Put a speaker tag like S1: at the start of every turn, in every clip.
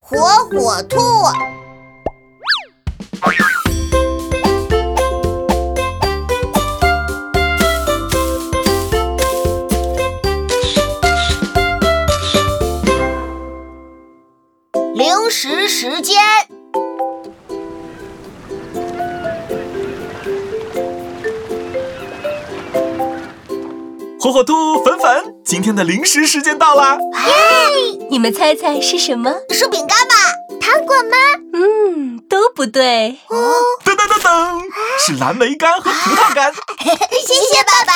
S1: 火火兔。零食时间，
S2: 火火兔粉粉，今天的零食时间到啦！
S3: 你们猜猜是什么？
S1: 是饼干吧？
S4: 糖果吗？
S3: 嗯，都不对。
S1: 哦
S2: 噔噔噔噔，是蓝莓干和葡萄 干。
S1: 谢谢爸爸。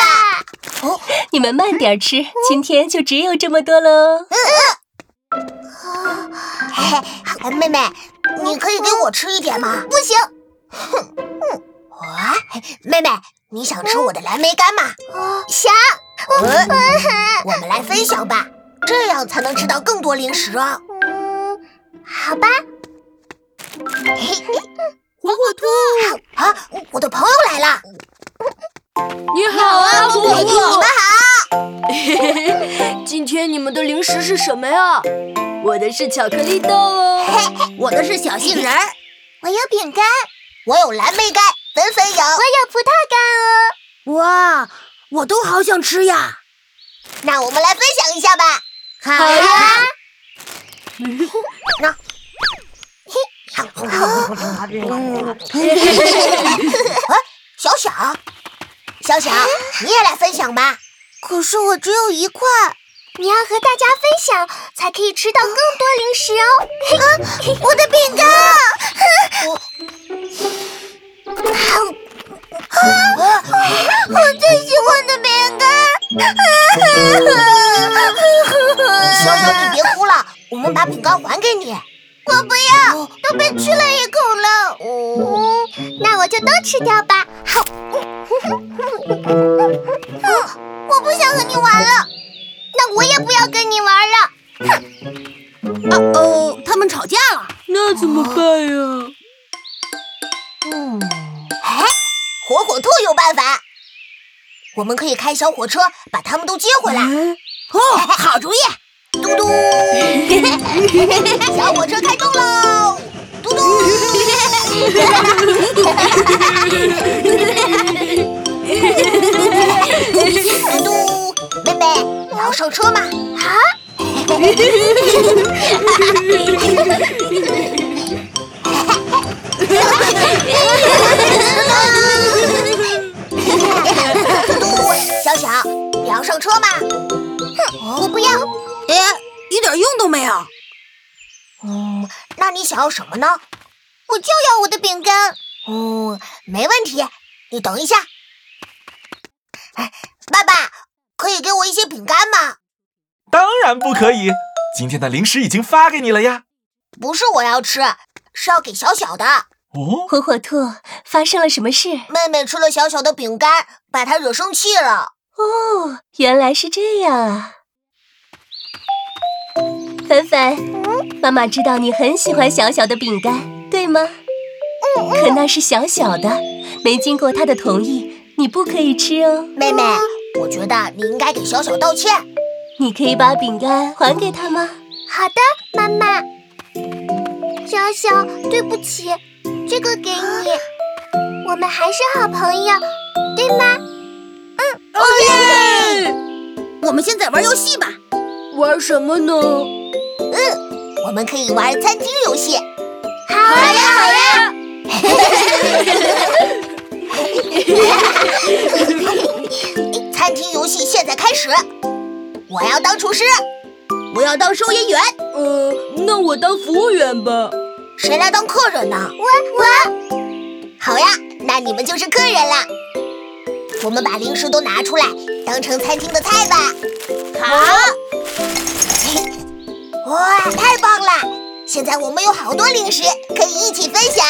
S3: 你们慢点吃，今天就只有这么多喽。
S1: 哎，妹妹，你可以给我吃一点吗？不行。哼，啊，妹妹，你想吃我的蓝莓干吗？想。嗯，我们来分享吧，这样才能吃到更多零食哦。
S4: 嗯，好吧，
S1: 火火兔啊，我的朋友来了，
S5: 你好啊，火火
S1: 你们
S5: 兔！
S1: 好。
S5: 今天你们的零食是什么呀？我的是巧克力豆 哦。
S1: 我的是小杏仁儿，
S4: 我有饼干，
S1: 我有蓝莓干，粉粉有。
S4: 我有葡萄干哦。
S5: 哇，我都好想吃呀！
S1: 那我们来分享一下吧。好呀。那。 哎嗯小小，小小，你也来分享吧。
S4: 可是我只有一块。你要和大家分享，才可以吃到更多零食哦。
S1: 啊
S4: 我的饼 干！我最喜欢的饼干！
S1: 小小，你别哭了，我们把饼干还给你。
S4: 我不要，都被吃了一口了。嗯，那我就都吃掉吧。好，嗯我不想和你玩了，那我也不要跟你玩了。
S5: 哦，他们吵架了，那怎么办呀？
S1: 火火兔有办法，我们可以开小火车把他们都接回来。
S5: 哦，好主意！
S1: 嘟嘟， 小火车开动喽！嘟嘟，嘟嘟，妹妹，你要上车吗？啊啊？嘟嘟，小小，你要上车吗？
S4: 我不要，
S1: 哦
S5: 哎，一点用都没有。
S1: 嗯，那你想要什么呢？
S4: 我就要我的饼干。
S1: 嗯，没问题，你等一下。哎，爸爸，可以给我一些饼干吗？
S2: 当然不可以，今天的零食已经发给你了呀。
S1: 不是我要吃，是要给小小的。
S2: 哦，
S3: 火火兔，发生了什么事？
S1: 妹妹吃了小小的饼干，把她惹生气了。
S3: 哦，原来是这样啊！凡凡，妈妈知道你很喜欢小小的饼干，对吗？可那是小小的，没经过她的同意，你不可以吃哦。
S1: 妹妹，嗯我觉得你应该给小小道歉。
S3: 你可以把饼干还给她吗？
S4: 好的，妈妈。小小，对不起，这个给你。我们还是好朋友，对吗？
S1: 我们现在玩游戏吧，
S5: 玩什么呢？
S1: 我们可以玩餐厅游戏。
S4: 好呀，好呀。
S1: 餐厅游戏现在开始，我要当厨师，我要当收银员，
S5: 呃，那我当服务员吧。
S1: 谁来当客人呢？
S4: 我我
S1: 好呀，那你们就是客人啦。我们把零食都拿出来，当成餐厅的菜吧。 好。哇，太棒了！现在我们有好多零食可以一起分享。